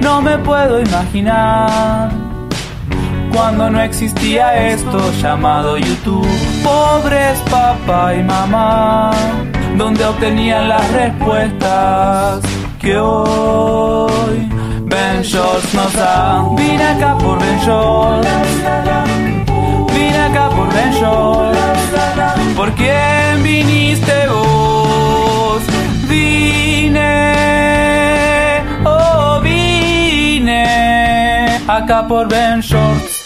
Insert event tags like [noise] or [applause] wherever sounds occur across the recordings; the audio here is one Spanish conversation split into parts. No me puedo imaginar cuando no existía esto llamado YouTube. Pobres papá y mamá, donde obtenían las respuestas que hoy Ben Shorts nos da. Vine acá por Ben Shorts, vine acá por Ben Shorts. ¿Por quién viniste vos? Vine, oh vine, acá por Ben Shorts.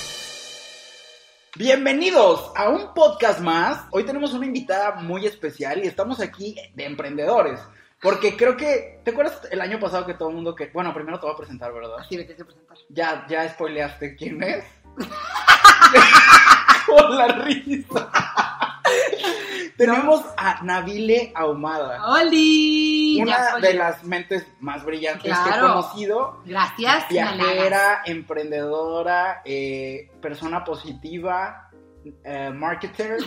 Bienvenidos a un podcast más. Hoy tenemos una invitada muy especial y estamos aquí de emprendedores. Porque creo que, ¿te acuerdas el año pasado que todo el mundo que... Bueno, primero te voy a presentar, ¿verdad? Sí, me tienes que presentar. Ya, ya spoileaste quién [laughs] es. [laughs] Con la risa. Tenemos a Nabile Ahumada. ¡Oli! Oh, Ya Una soy- de las mentes más brillantes que he Claro. conocido. Gracias, me halagas. Viajera, emprendedora, eh, persona positiva, eh, marketer,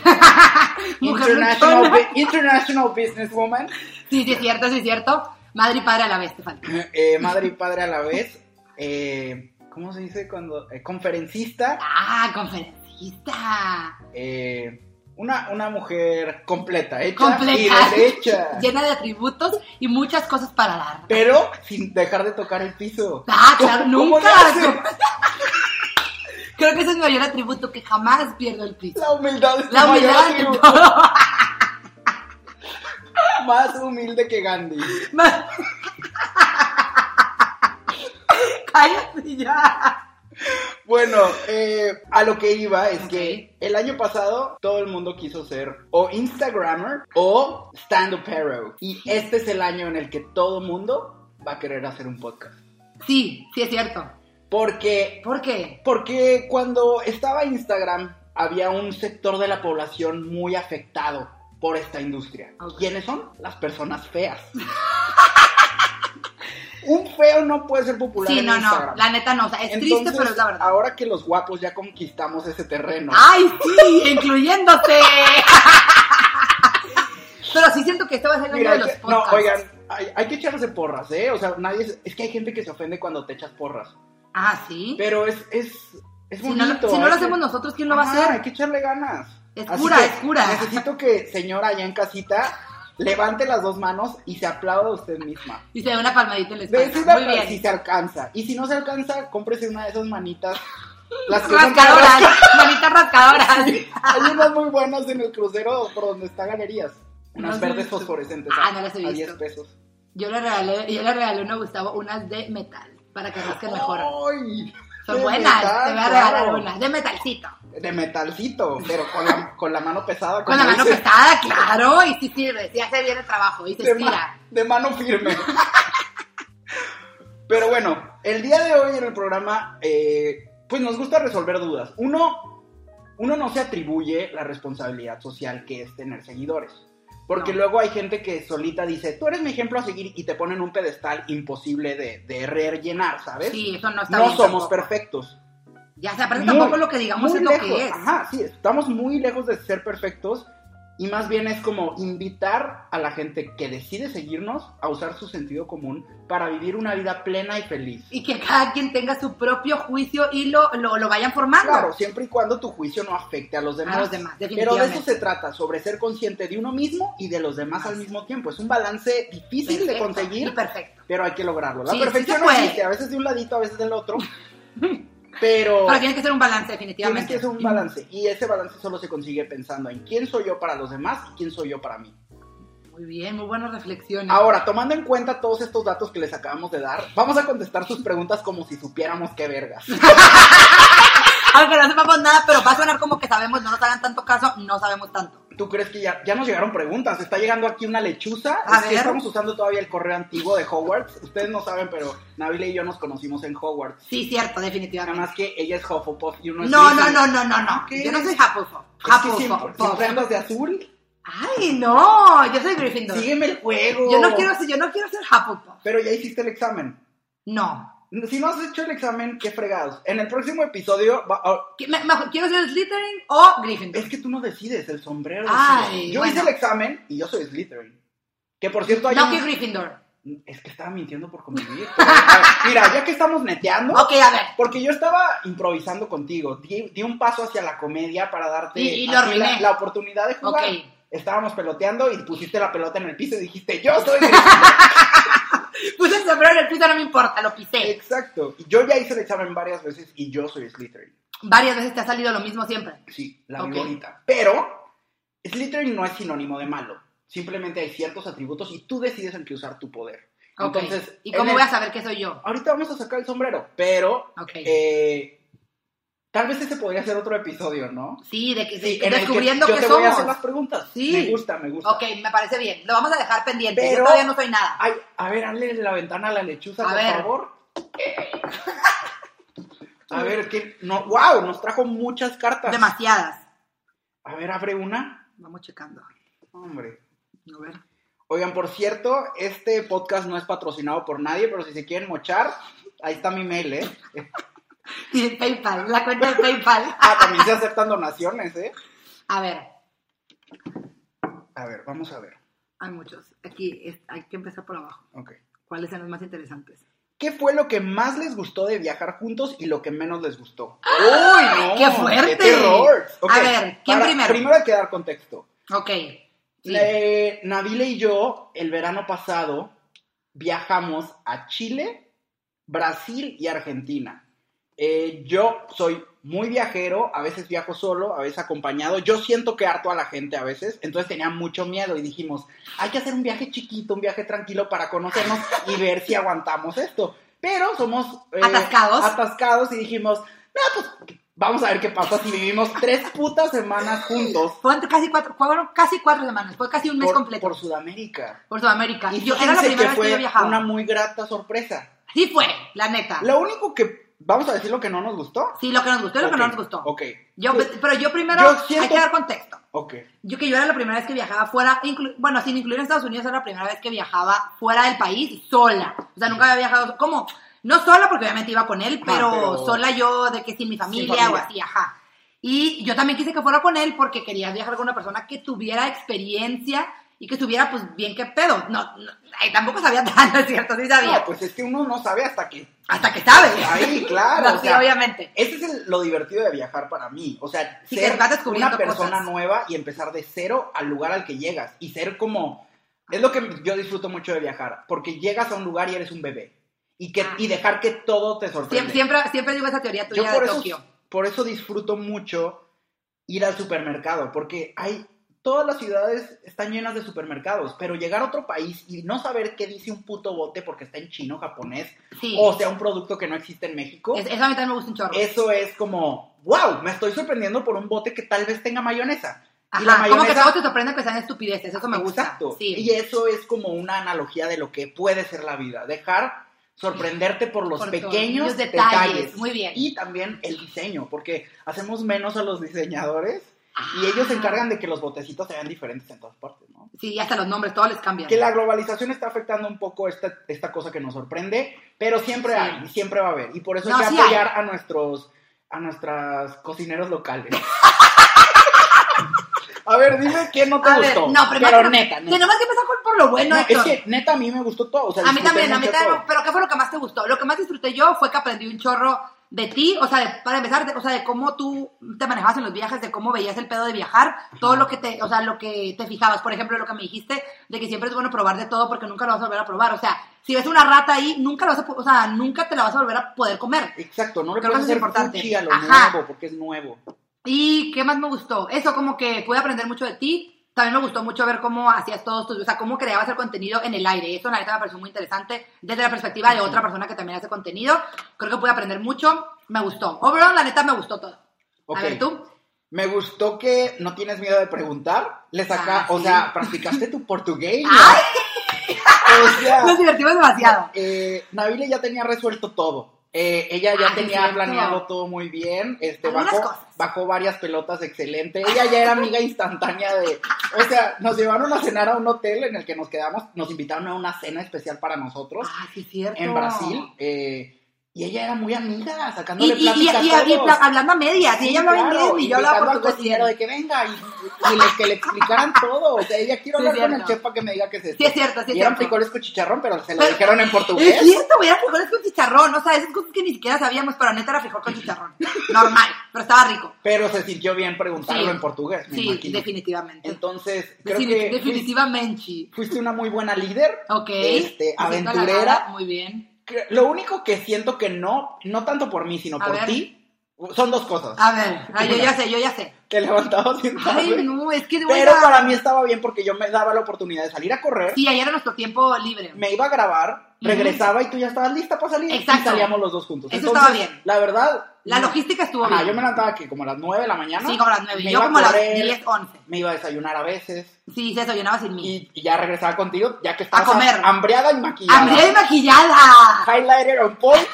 [laughs] Mujer international, luchona. bu- international businesswoman. Sí, sí, es cierto, sí, es cierto. Madre y padre a la vez, te falta. eh, madre y padre a la vez. eh, ¿Cómo se dice cuando? eh, conferencista. ¡Ah, conferencista! eh, una, una mujer completa, hecha Completa. y [laughs] deshecha. Llena de atributos y muchas cosas para dar. Pero sin dejar de tocar el piso. ¡Ah, claro, ¿Cómo- cómo nunca! le hace? [laughs] Creo que ese es mi mayor atributo, que jamás pierdo el piso. La humildad es La tu mayor humildad de atributo. todo. Más humilde que Gandhi. ¡Cállate ya! Bueno, eh, a lo que iba es Ok. que el año pasado todo el mundo quiso ser o Instagrammer o stand-up hero. Y este es el año en el que todo el mundo va a querer hacer un podcast. [laughs] Sí, sí es cierto. Porque, ¿Por qué? porque cuando estaba Instagram había un sector de la población muy afectado por esta industria. Ok. ¿Quiénes son? Las personas feas. [laughs] un feo no puede ser popular Sí, en no, no. Instagram. La neta no. O sea, es triste, Entonces, pero es la verdad. Ah, Ahora que los guapos ya conquistamos ese terreno. ¡Ay, sí! ¡Incluyéndote! [laughs] Pero sí siento que este va a ser el año Mira, de hay los que- no, podcasts. oigan, hay, hay que echarse porras, ¿eh? O sea, nadie es, es que hay gente que se ofende cuando te echas porras. Ah, ¿sí. Pero es, es, es Si no lo- bonito. si no hay lo que- hacemos nosotros, ¿quién lo va a Ajá, hacer? Hay que echarle ganas. Es Así cura, que es cura. Necesito que, señora allá en casita, levante las dos manos y se aplauda a usted misma. Y se da una palmadita en la espalda. Decida Muy bien. si se alcanza. Y si no se alcanza, cómprese una de esas manitas. Las que son para rascadoras, rascar. [laughs] manitas rascadoras. [laughs] Hay unas muy buenas en el crucero por donde está galerías. Unas No las he verdes visto. fosforescentes. Ah, a- no las he A visto. 10 pesos. Yo le regalé, yo le regalé uno a Gustavo unas de metal para que rasquen mejor. ¡Ay! Son Oh, De buenas, metal, te voy a regalar claro. unas de metalcito. De metalcito, pero con la, con la mano pesada. como Con la mano dicen. pesada, claro, y sí sirve, sí hace bien el trabajo y se de, ma- estira. de mano firme. [laughs] Pero bueno, el día de hoy en el programa, eh, pues nos gusta resolver dudas. Uno, uno no se atribuye la responsabilidad social que es tener seguidores. Porque No. luego hay gente que solita dice, tú eres mi ejemplo a seguir y te ponen un pedestal imposible de, de rellenar, ¿sabes? Sí, eso no está no bien somos tampoco. perfectos. Ya se aparte Muy, tampoco lo que digamos muy es lo lejos. que es. Ajá, sí, estamos muy lejos de ser perfectos y más bien es como invitar a la gente que decide seguirnos a usar su sentido común para vivir una vida plena y feliz. y que cada quien tenga su propio juicio y lo, lo, lo vayan formando. Claro, siempre y cuando tu juicio no afecte a los demás. los demás, Pero de eso definitivamente. se trata, sobre ser consciente de uno mismo y de los demás al mismo tiempo. Es un balance difícil de Perfecto, conseguir, y perfecto. pero hay que lograrlo. La Sí, sí perfección se no puede. existe, a veces de un ladito, a veces del otro. [laughs] Pero Pero tiene que ser un balance, Tienes definitivamente. que hacer un balance y ese balance solo se consigue pensando en quién soy yo para los demás y quién soy yo para mí. Muy bien, muy buenas reflexiones. [laughs] Ahora, tomando en cuenta todos estos datos que les acabamos de dar, vamos a contestar sus preguntas como si supiéramos qué [laughs] vergas. Aunque no sepamos nada, pero va a sonar como que sabemos, no nos hagan tanto caso, no sabemos tanto. ¿Tú crees que ya, ya nos llegaron preguntas? Está llegando aquí una lechuza. A Es que ver. estamos usando todavía el correo antiguo de Hogwarts. Ustedes no saben, pero Nabila y yo nos conocimos en Hogwarts. Sí, cierto, Nada definitivamente. más que ella es Hufflepuff y uno es No, no, Slytherin. no, no, no, no. ¿Qué? Yo no soy Hufflepuff. Es que siempre, Hufflepuff. siempre puff. andas de azul. Ay, no, yo soy Gryffindor. Sígueme el juego. Yo no quiero ser, yo no quiero ser Hufflepuff. Pero ya hiciste el examen. No. Si no has hecho el examen, qué fregados. En el próximo episodio va- ah, Que- me- mejor, ¿Quiero ser Slytherin o Gryffindor? es que tú no decides el sombrero. Ay, yo bueno. hice el examen y yo soy Slytherin. Que por cierto hay No, un- que Gryffindor. es que estaba mintiendo por convivir. pero, a ver, [laughs] Mira, ya que estamos neteando, Ok, a ver. porque yo estaba improvisando contigo, di, di un paso hacia la comedia para darte Y- y lo a ti la, arruiné. la oportunidad de jugar. Ok. Estábamos peloteando y pusiste la pelota en el piso y dijiste, [laughs] yo soy Puse el sombrero en el piso, no me importa, lo Eh, pisé. Exacto. Y Yo ya hice el examen varias veces y yo soy Slytherin. Varias veces te ha salido lo mismo siempre. Sí, la Ok. viborita. Pero Slytherin no es sinónimo de malo. Simplemente hay ciertos atributos y tú decides en qué usar tu poder. Ok. Entonces, ¿Y en cómo el- voy a saber que soy yo? Ahorita vamos a sacar el sombrero, pero Ok. eh, tal vez ese podría ser otro episodio, ¿no? Sí, de que Sí, en el descubriendo yo que, te voy a hacer las somos. preguntas. Sí. Me gusta, me gusta. Ok, me parece bien. Lo vamos a dejar pendiente. Pero- Yo todavía no soy nada. Ay, a ver, hazle la ventana a la lechuza, A por ver. favor. [laughs] A ver, que no, wow, nos trajo muchas cartas. Demasiadas. A ver, abre una. Vamos checando. A Hombre. ver. [laughs] Oigan, por cierto, este podcast no es patrocinado por nadie, pero si se quieren mochar, ahí está mi mail, ¿eh? [laughs] Y el PayPal, la cuenta de PayPal. Ah, también se aceptan donaciones, ¿eh? A ver, A ver, vamos a ver. hay muchos. Aquí es- hay que empezar por abajo. Ok. ¿Cuáles son los más interesantes? ¿Qué fue lo que más les gustó de viajar juntos y lo que menos les gustó? ¡Uy, ¡Ah! ¡Qué fuerte! ¡Qué terror! Ok, A ver, ¿quién para- primero? Primero hay que dar contexto. Ok. sí. Eh, Nabila y yo, el verano pasado, viajamos a Chile, Brasil y Argentina. Eh, yo soy muy viajero, a veces viajo solo, a veces acompañado. Yo siento que harto a la gente a veces, entonces tenía mucho miedo y dijimos, hay que hacer un viaje chiquito, un viaje tranquilo para conocernos y ver si aguantamos esto. Pero somos eh, Atascados. atascados y dijimos, no, pues vamos a ver qué pasa si vivimos tres putas semanas juntos Fueron casi cuatro, fueron casi cuatro semanas. Fue casi un mes por, completo. por Por, Sudamérica. Sudamérica. Y Ah, Yo, era la fíjense primera que vez fue que yo viajaba. Ah. una muy grata sorpresa. Sí fue, la neta. Lo único que, vamos a decir lo que no nos gustó. Sí, lo que nos gustó y lo Ok, que no nos gustó. ok. Yo, Pues, pero yo primero yo siento- hay que dar contexto. Ok. Yo que yo era la primera vez que viajaba fuera, inclu- bueno, sin incluir en Estados Unidos, era la primera vez que viajaba fuera del país sola. O sea, nunca había viajado, como, no sola porque obviamente iba con él, Ah, pero, pero- sola yo, de que sin mi familia, o familia. así, ajá. Y yo también quise que fuera con él porque quería viajar con una persona que tuviera experiencia y que estuviera, pues, bien que pedo. No, no, ay, tampoco sabía [laughs] tanto, es ¿cierto? Sí sabía. No, pues es que uno no sabe hasta que... Hasta que sabe. Ahí, [laughs] claro. [laughs] No, o sí, sea, obviamente. Ese es el- lo divertido de viajar para mí. O sea, Sí, ser que vas descubriendo una persona cosas. nueva y empezar de cero al lugar al que llegas. Y ser como... Es lo que yo disfruto mucho de viajar. Porque llegas a un lugar y eres un bebé. Y, que, Ah. y dejar que todo te sorprenda. Siempre, siempre, siempre digo esa teoría Yo tuya por de eso, Tokio. por eso disfruto mucho ir al supermercado, porque hay todas las ciudades están llenas de supermercados, pero llegar a otro país y no saber qué dice un puto bote porque está en chino, japonés, Sí. o sea, un producto que no existe en México, Es- eso a mí también me gusta un chorro. eso es como, wow, me estoy sorprendiendo por un bote que tal vez tenga mayonesa. Ajá, y la como que mayonesa, todo te sorprende que sean estupideces, eso me gusta. Exacto. Sí. Y eso es como una analogía de lo que puede ser la vida. Dejar sorprenderte por los Por todos pequeños los detalles. detalles. Muy bien. Y también el diseño, porque hacemos menos a los diseñadores Ah. y ellos se encargan de que los botecitos sean diferentes en todas partes, ¿no? Sí, hasta los nombres, todos les cambian. Que la globalización está afectando un poco esta, esta cosa que nos sorprende, pero siempre Sí. hay, y siempre va a haber. Y por eso No, hay que sí apoyar a nuestros a nuestras cocineros [laughs] locales. a ver, dime qué no te a ver, gustó. no, primero pero tenemos- neta, neta. Tenemos que empezar con- por lo bueno, No, es Héctor. que neta a mí me gustó todo. o sea, a mí disfruté también, a mí mucho también. todo. Pero ¿qué fue lo que más te gustó? Lo que más disfruté yo fue que aprendí un chorro de ti, o sea, de- para empezar, de- o sea, de cómo tú te manejabas en los viajes, de cómo veías el pedo de viajar, todo lo que te, o sea, lo que te fijabas, por ejemplo, lo que me dijiste de que siempre es bueno probar de todo porque nunca lo vas a volver a probar, o sea, si ves una rata ahí, nunca lo vas a, po- o sea, nunca te la vas a volver a poder comer. Exacto, no le Creo puedes que eso es hacer importante. fuchi a lo Ajá. nuevo porque es nuevo. ¿Y qué más me gustó? Eso, como que pude aprender mucho de ti. También me gustó mucho ver cómo hacías todos tus, o sea, cómo creabas el contenido en el aire. Eso, la neta, me pareció muy interesante desde la perspectiva de otra persona que también hace contenido. Creo que pude aprender mucho. Me gustó. Overall, la neta, me gustó todo. Ok. A ver, tú. Me gustó que no tienes miedo de preguntar. Le saca, Ah, o sí. sea, practicaste tu portugués. ¡Ay! O [laughs] sea, Nos divertimos demasiado. [laughs] eh, Nabile ya tenía resuelto todo. Eh, ella ya Ah, sí, tenía cierto. planeado todo muy bien. Este, Algunas bajó, cosas. bajó varias pelotas excelente. Ella ya era amiga instantánea de. O sea, nos llevaron a cenar a un hotel en el que nos quedamos. Nos invitaron a una cena especial para nosotros Ah, sí, es cierto. en Brasil. eh, y ella era muy amiga, Y, sacándole y, y, plática a y- y todos. pla- hablando a medias, y ella claro, hablaba inglés y yo hablaba invitando al portugués. cocinero de que venga y, y les- que le explicaran todo. O sea, ella quiero Sí, hablar es con el cierto. chef para que me diga qué es esto. Sí, es cierto, sí, es y eran cierto. frijoles con chicharrón, pero se lo Pero- dijeron [laughs] en Es portugués. cierto, güey, era frijoles con chicharrón, o sea, esas cosas que ni siquiera sabíamos, pero neta era frijol con chicharrón. Normal, pero estaba rico. Pero se sintió bien preguntarlo Sí. en portugués, me Sí, imagino. definitivamente. Entonces, creo Defini- que fuiste- definitivamente. fuiste una muy buena líder, Ok. Pues este, Me siento aventurera. halagada, Muy bien. Que- Lo único que siento que no, no tanto por mí, sino A por ver. ti, son dos cosas. A ver, [laughs] ay, yo ya sé, yo ya sé. Te levantabas bien tarde. Ay, no, es que de Pero buena- para mí estaba bien porque yo me daba la oportunidad de salir a correr, Sí, ayer era nuestro tiempo libre. me iba a grabar, Ujú. regresaba y tú ya estabas lista para salir y Exacto. salíamos los dos juntos. Eso Entonces, estaba bien. La verdad. La no- logística estuvo Ajá, bien. yo me levantaba que como a las 9 de la mañana. Sí, como a las 9. me Yo iba como a las correr, 10, 11. Me iba a desayunar a veces Sí, se desayunaba sin mí. y, y ya regresaba contigo ya que estabas comer. hambriada y maquillada. ¡Andrea y maquillada! Highlighter on [laughs] point,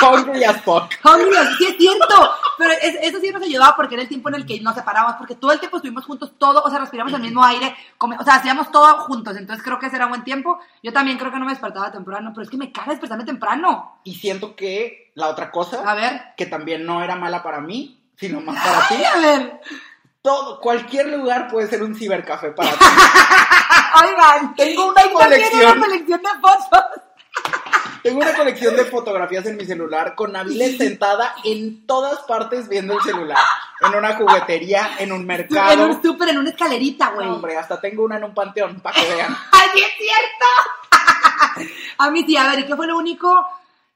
hungry as fuck. ¡Ay, Dios, sí es cierto! Pero es- eso sí nos ayudaba porque era el tiempo en el que nos separábamos, porque todo el tiempo estuvimos juntos, todo, o sea, respiramos el mismo aire, come- o sea, hacíamos todo juntos, entonces creo que ese era buen tiempo. Yo también creo que no me despertaba temprano, pero es que me caga despertarme temprano. Y siento que la otra cosa, A ver. que también no era mala para mí, sino más para [laughs] ti. Ay, a ver. Todo, cualquier lugar puede ser un cibercafé [laughs] para ti. Oigan, Tengo una yo también colección. una colección de fotos. Tengo una colección de fotografías en mi celular con Naviles sentada en todas partes viendo el celular. En una juguetería, en un En mercado. un súper, en una escalerita, güey. No, hombre, hasta tengo una en un panteón, para que vean. ¡Ay, sí es cierto! [laughs] a mí sí, a ver, ¿y qué fue lo único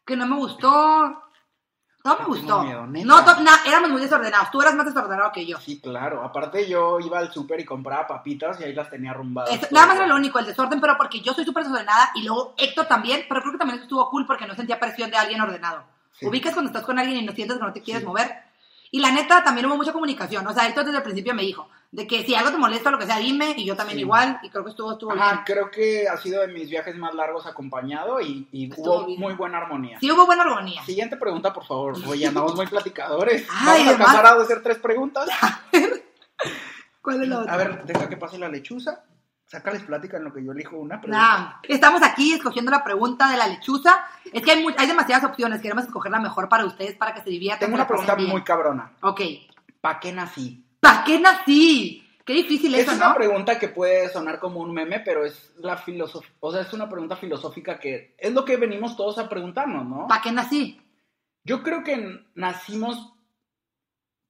que no me gustó? Todo me gustó. miedo, neta. no, to- na- éramos muy desordenados. Tú eras más desordenado que yo. Sí, claro. Aparte yo iba al súper y compraba papitas y ahí las tenía arrumbadas. Es- Este, nada más era lo único, el desorden, pero porque yo soy súper desordenada y luego Héctor también, pero creo que también eso estuvo cool porque no sentía presión de alguien ordenado. Sí. Ubicas cuando estás con alguien y no sientes que no te quieres mover. Y la neta, también hubo mucha comunicación. O sea, Héctor desde el principio me dijo de que si algo te molesta o lo que sea, dime, y yo también igual, y creo que estuvo, estuvo bien. Ajá, creo que ha sido de mis viajes más largos acompañado y, y Estuvo hubo bien. muy buena armonía. Sí hubo buena armonía. Siguiente pregunta, por favor. Oye, andamos muy platicadores. Ay, Vamos a además- alcanzar a hacer tres preguntas. ¿Cuál es la otra? A ver, deja que pase la lechuza. Sácales plática en lo que yo elijo una pregunta. Nah, Estamos aquí escogiendo la pregunta de la lechuza. Es que hay, mu- hay demasiadas opciones. Queremos escoger la mejor para ustedes para que se diviertan. Tengo que una la pasen pregunta bien. muy cabrona. Ok. ¿Para qué nací? ¿Para qué nací? Qué difícil Es eso, una ¿no? pregunta que puede sonar como un meme, pero es la filosof- o sea, es una pregunta filosófica que es lo que venimos todos a preguntarnos, ¿no? ¿Para qué nací? Yo creo que nacimos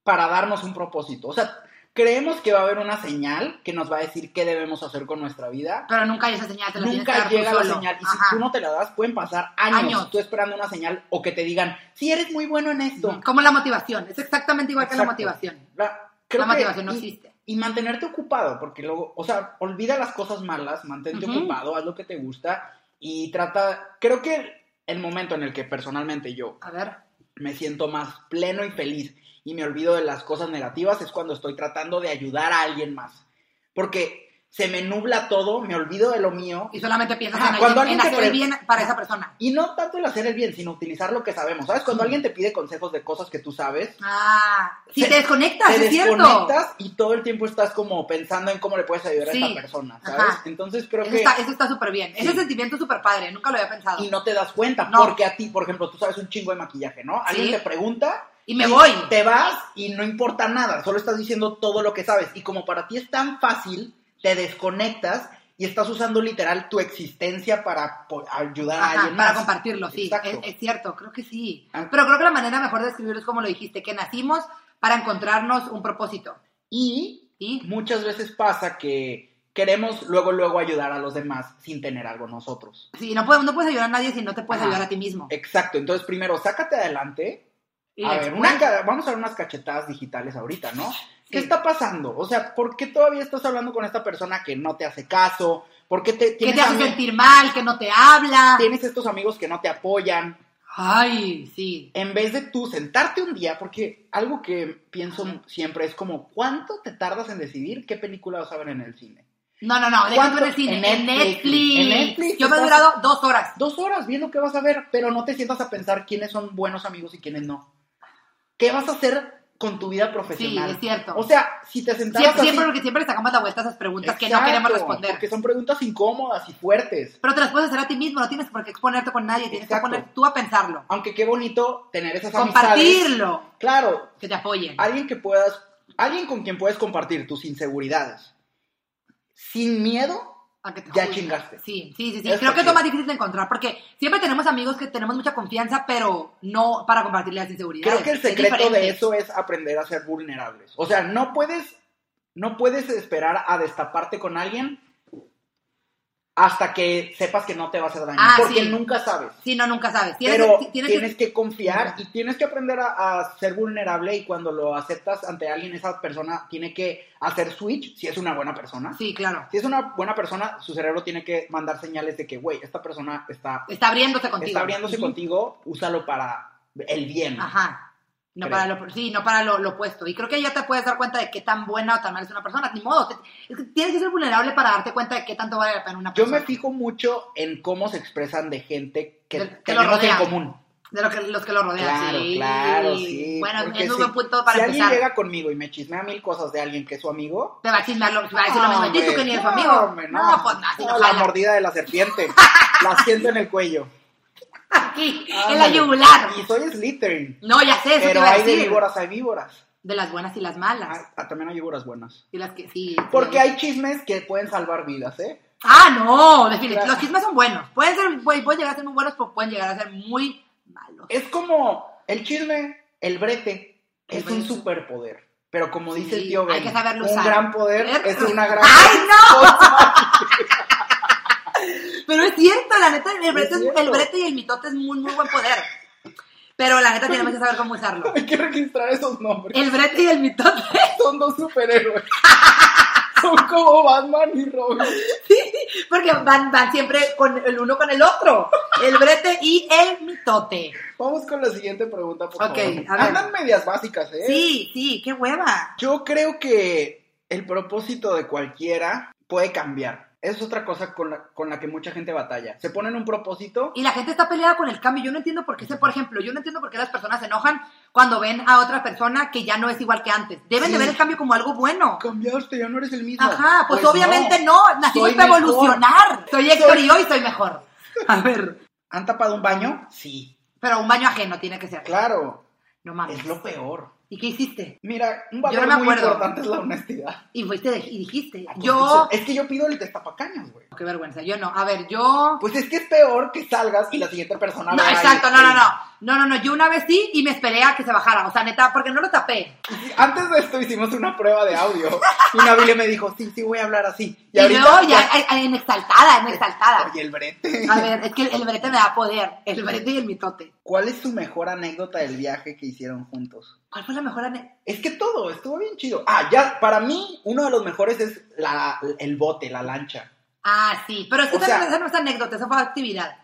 para darnos un propósito. O sea, creemos que va a haber una señal que nos va a decir qué debemos hacer con nuestra vida. Pero nunca hay esa señal. Ah, Te la tienes que Nunca dar tú llega la solo. señal. Y Ajá. si tú no te la das, pueden pasar años, Años. tú esperando una señal o que te digan, si eres muy bueno en esto. Como la motivación. Es exactamente igual que la Exacto. motivación. La, creo La que- motivación no y- existe. Y mantenerte ocupado, porque luego, o sea, olvida las cosas malas, mantente Ujú. ocupado, haz lo que te gusta y trata, creo que el momento en el que personalmente yo A ver. me siento más pleno y feliz y me olvido de las cosas negativas es cuando estoy tratando de ayudar a alguien más. Porque se me nubla todo, me olvido de lo mío Y solamente piensas Ajá, en, cuando alguien- en alguien te hacer el pre- bien para esa persona. y no tanto el hacer el bien, sino utilizar lo que sabemos. ¿Sabes? Cuando alguien te pide consejos de cosas que tú sabes, Ah. Si Se- te desconectas, te es cierto. desconectas y todo el tiempo estás como pensando en cómo le puedes ayudar Sí. a esta persona, ¿sabes? Ajá. Entonces creo Eso que... está- eso está súper bien. Ese Sí. sentimiento es súper padre. Nunca lo había pensado. Y no te das cuenta, Ah. No. porque a ti, por ejemplo, tú sabes un chingo de maquillaje, ¿no? Alguien Sí. te pregunta... Y me voy. Te vas y no importa nada, solo estás diciendo todo lo que sabes. Y como para ti es tan fácil, te desconectas y estás usando literal tu existencia para po- ayudar a Ajá, alguien más. para compartirlo, sí, Exacto. es, es cierto, creo que sí. Ah. Pero creo que la manera mejor de describirlo es como lo dijiste, que nacimos para encontrarnos un propósito. Y ¿sí? muchas veces pasa que queremos luego, luego ayudar a los demás sin tener algo nosotros. Sí, no, puedes, no puedes ayudar a nadie si no te puedes Ajá. ayudar a ti mismo. Exacto, entonces primero sácate adelante. Y A ver, después- una ca- vamos a ver unas cachetadas digitales ahorita, ¿no? ¿Qué Sí. está pasando? O sea, ¿por qué todavía estás hablando con esta persona que no te hace caso? ¿Por qué te, que tienes te hace ami- sentir mal, que no te habla. tienes estos amigos que no te apoyan? Ay, sí. en vez de tú sentarte un día, porque algo que pienso siempre es como, ¿cuánto te tardas en decidir qué película vas a ver en el cine? No, no, no, déjame ¿Cuánto? ver el cine. En En Netflix. Netflix. En Netflix Yo me he estás- durado dos horas. Dos horas viendo qué vas a ver, pero no te sientas a pensar quiénes son buenos amigos y quiénes no. ¿Qué vas a hacer con tu vida profesional? es cierto. O sea, si te sentaras Siempre, así- siempre, porque siempre le sacamos la vuelta a esas preguntas que no Exacto, queremos responder. Porque son preguntas incómodas y fuertes. Pero te las puedes hacer a ti mismo, no tienes por qué exponerte con nadie, tienes Exacto. que poner tú a pensarlo. Aunque qué bonito tener esas amistades. Compartirlo, Claro, que te apoyen. alguien que puedas, alguien con quien puedes compartir tus inseguridades sin miedo, a que te ya juzguen. chingaste. Sí, sí, sí. sí. Eso Creo que es lo sí. más difícil de encontrar porque siempre tenemos amigos que tenemos mucha confianza, pero no para compartirle las inseguridades. creo que el Es secreto de diferente. eso es aprender a ser vulnerables. O sea, no puedes, no puedes esperar a destaparte con alguien hasta que sepas que no te vas a hacer daño, Ah, porque sí. nunca sabes. Sí, no, nunca sabes. Tienes, Pero ti- tienes, tienes que- que confiar y tienes que aprender a, a ser vulnerable y cuando lo aceptas ante alguien, esa persona tiene que hacer switch si es una buena persona. Sí, claro. Si es una buena persona, su cerebro tiene que mandar señales de que, güey, esta persona está, Está abriéndose contigo. está abriéndose Ujú. contigo, úsalo para el bien. Ajá. No Creo. para, lo, sí, no para lo, lo opuesto. Y creo que ya te puedes dar cuenta de qué tan buena o tan mala es una persona. Ni modo. te- es que tienes que ser vulnerable para darte cuenta de qué tanto vale la pena una Yo persona. me fijo mucho en cómo se expresan de gente que De- que lo tenemos en rodea. común. De lo que, los que lo rodean. Claro, sí. claro, sí. Bueno, porque es un si- buen punto para Si empezar. alguien llega conmigo y me chismea mil cosas de alguien que es su amigo, Te va a chismear, lo, va a decir Ah, lo mismo de ti, tú que ni eres tu amigo. hombre, no, pues así no, No, la jala. mordida de la [laughs] serpiente. la siento en el cuello. Aquí, en la Ándale. yugular. Y soy Slytherin. No, ya sé, eso te Pero iba a hay de decir. víboras, hay víboras. De las buenas y las malas. Ah, ah, también hay víboras buenas. Y las que sí. Porque sí. hay chismes que pueden salvar vidas, ¿eh? Ah, no, definitivamente. Claro. Los chismes son buenos. Pueden ser, pueden pueden llegar a ser muy buenos, pero pueden llegar a ser muy malos. Es como el chisme, el brete, El es un brete. superpoder. Pero como dice el Sí, tío Ben, hay que saberlo un usar. gran poder ¿Eh? es [laughs] una gran... ¡Ay, [laughs] no! cosa. Pero es cierto, la neta, el brete, es- cierto. el brete y el mitote es muy, muy buen poder. Pero la neta tenemos que saber cómo usarlo. Hay que registrar esos nombres. El brete y el mitote. [laughs] Son dos superhéroes. [laughs] Son como Batman y Robin. Porque van, van siempre con el uno con el otro. El brete y el mitote. Vamos con la siguiente pregunta, por Ok, favor. a ver. Andan medias básicas, ¿eh? Sí, sí, qué hueva. Yo creo que el propósito de cualquiera puede cambiar. Es otra cosa con la, con la que mucha gente batalla. Se ponen un propósito. Y la gente está peleada con el cambio. Yo no entiendo por qué, se- por ejemplo, yo no entiendo por qué las personas se enojan cuando ven a otra persona que ya no es igual que antes. Deben Sí. de ver el cambio como algo bueno. "Ah, Cambiaste, ya no eres el mismo. Ajá, pues, obviamente no. Nacimos Soy para mejor. evolucionar. Soy Héctor Soy- y hoy soy mejor. A ver. ¿Han tapado un baño? Sí. Pero un baño ajeno tiene que ser. Claro, No mames. es lo peor. ¿Y qué hiciste? Mira, un valor Ah, pues. Yo no me muy acuerdo. importante es la [laughs] honestidad. Y fuiste de- y dijiste. La Yo. Oh, constitución. Ah, pues, Es que yo pido el destapacaños, güey. Qué vergüenza. Yo no. A ver, yo. Pues es que es peor que salgas y la siguiente persona... No, vea y- exacto, no, no, no. No, no, no. Yo una vez sí y me esperé a que se bajara. O sea, neta, porque no lo tapé. Antes de esto hicimos una prueba de audio y Nabile me dijo, sí, sí, voy a hablar así. Y, luego ya, a- a- en exaltada, en exaltada. Oye, el brete. A ver, es que el brete me da poder. El brete y el mitote. ¿Cuál es su mejor anécdota del viaje que hicieron juntos? ¿Cuál fue la mejor ane- Es que todo, estuvo bien chido. Ah, ya, para mí, uno de los mejores es la, el bote, la lancha. [laughs] Ah, sí. Pero es que O esa, sea- no- esa no es anécdota, esa fue actividad.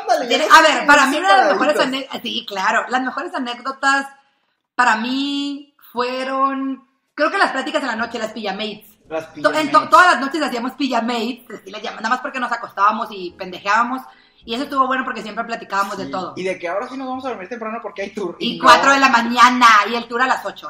Ándale. ya Tiene- no A ver, sé, para no mí sé, una de las mejores paraditos. anécdotas, sí, claro, las mejores anécdotas para mí fueron, creo que las pláticas en la noche, las pijamates. Las To- en to- pijamates. todas las noches hacíamos pijamates, así las llaman, nada más porque nos acostábamos y pendejeábamos, y eso estuvo bueno porque siempre platicábamos de todo. Y de que ahora sí nos vamos a dormir temprano porque hay tour. Y no. 4 de la mañana y el tour a las 8.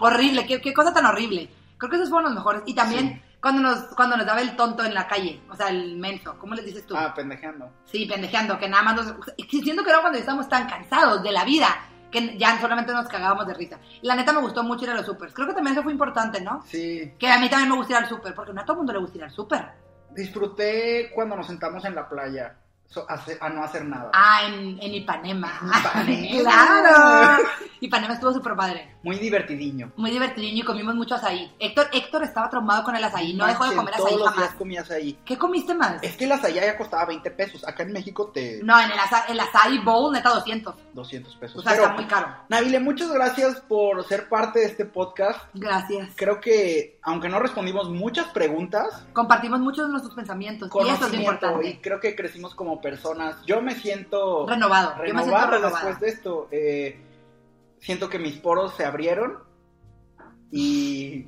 horrible, qué, qué cosa tan horrible. Creo que esos fueron los mejores. Y también cuando nos cuando nos daba el tonto en la calle, o sea, el menso, ¿cómo les dices tú? Ah, pendejeando. Sí, pendejeando, que nada más nos... Siento que era cuando estábamos tan cansados de la vida que ya solamente nos cagábamos de risa. Y la neta me gustó mucho ir a los supers. Creo que también eso fue importante, ¿no? Sí. Que a mí también me gusta ir al súper, porque no a todo el mundo le gusta ir al súper. Disfruté cuando nos sentamos en la playa so- a, hacer- a no hacer nada. Ah, en, en Ipanema. Ipanema. [laughs] ¡Claro! Ipanema estuvo súper padre. Muy divertidiño. Muy divertidinho y comimos mucho azaí. Héctor, Héctor estaba traumado con el azaí, no dejó Manchen, de comer Todos azaí los días jamás. comías ahí. ¿Qué comiste más? Es que el azaí ya costaba 20 pesos. Acá en México te... No, en el, aza- el azaí bowl neta 200. 200 pesos. O sea, Pero, está muy caro. Nabile, muchas gracias por ser parte de este podcast. Gracias. Creo que, aunque no respondimos muchas preguntas, Compartimos muchos de nuestros pensamientos y eso es lo conocimiento y importante. creo que crecimos como personas. Yo me siento Renovado. Yo me siento renovado renovada. después de esto. Eh, siento que mis poros se abrieron y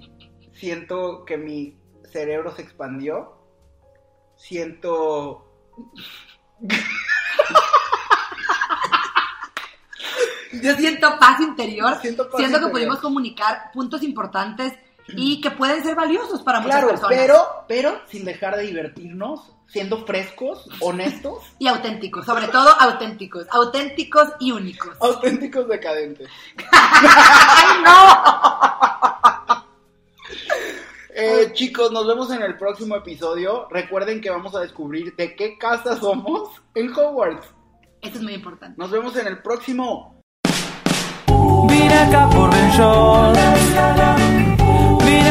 siento que mi cerebro se expandió. Siento... Yo siento paz interior. Siento, Siento paz que interior. pudimos comunicar puntos importantes y que pueden ser valiosos para muchas Claro, personas. pero, pero sin dejar de divertirnos, siendo frescos, honestos. [laughs] Y auténticos, sobre todo auténticos. Auténticos y únicos. Auténticos decadentes. [laughs] ¡Ay, no! Eh, chicos, nos vemos en el próximo episodio. Recuerden que vamos a descubrir de qué casa somos en Hogwarts. Esto es muy importante. Nos vemos en el próximo. Vine acá por Ben Short. Vine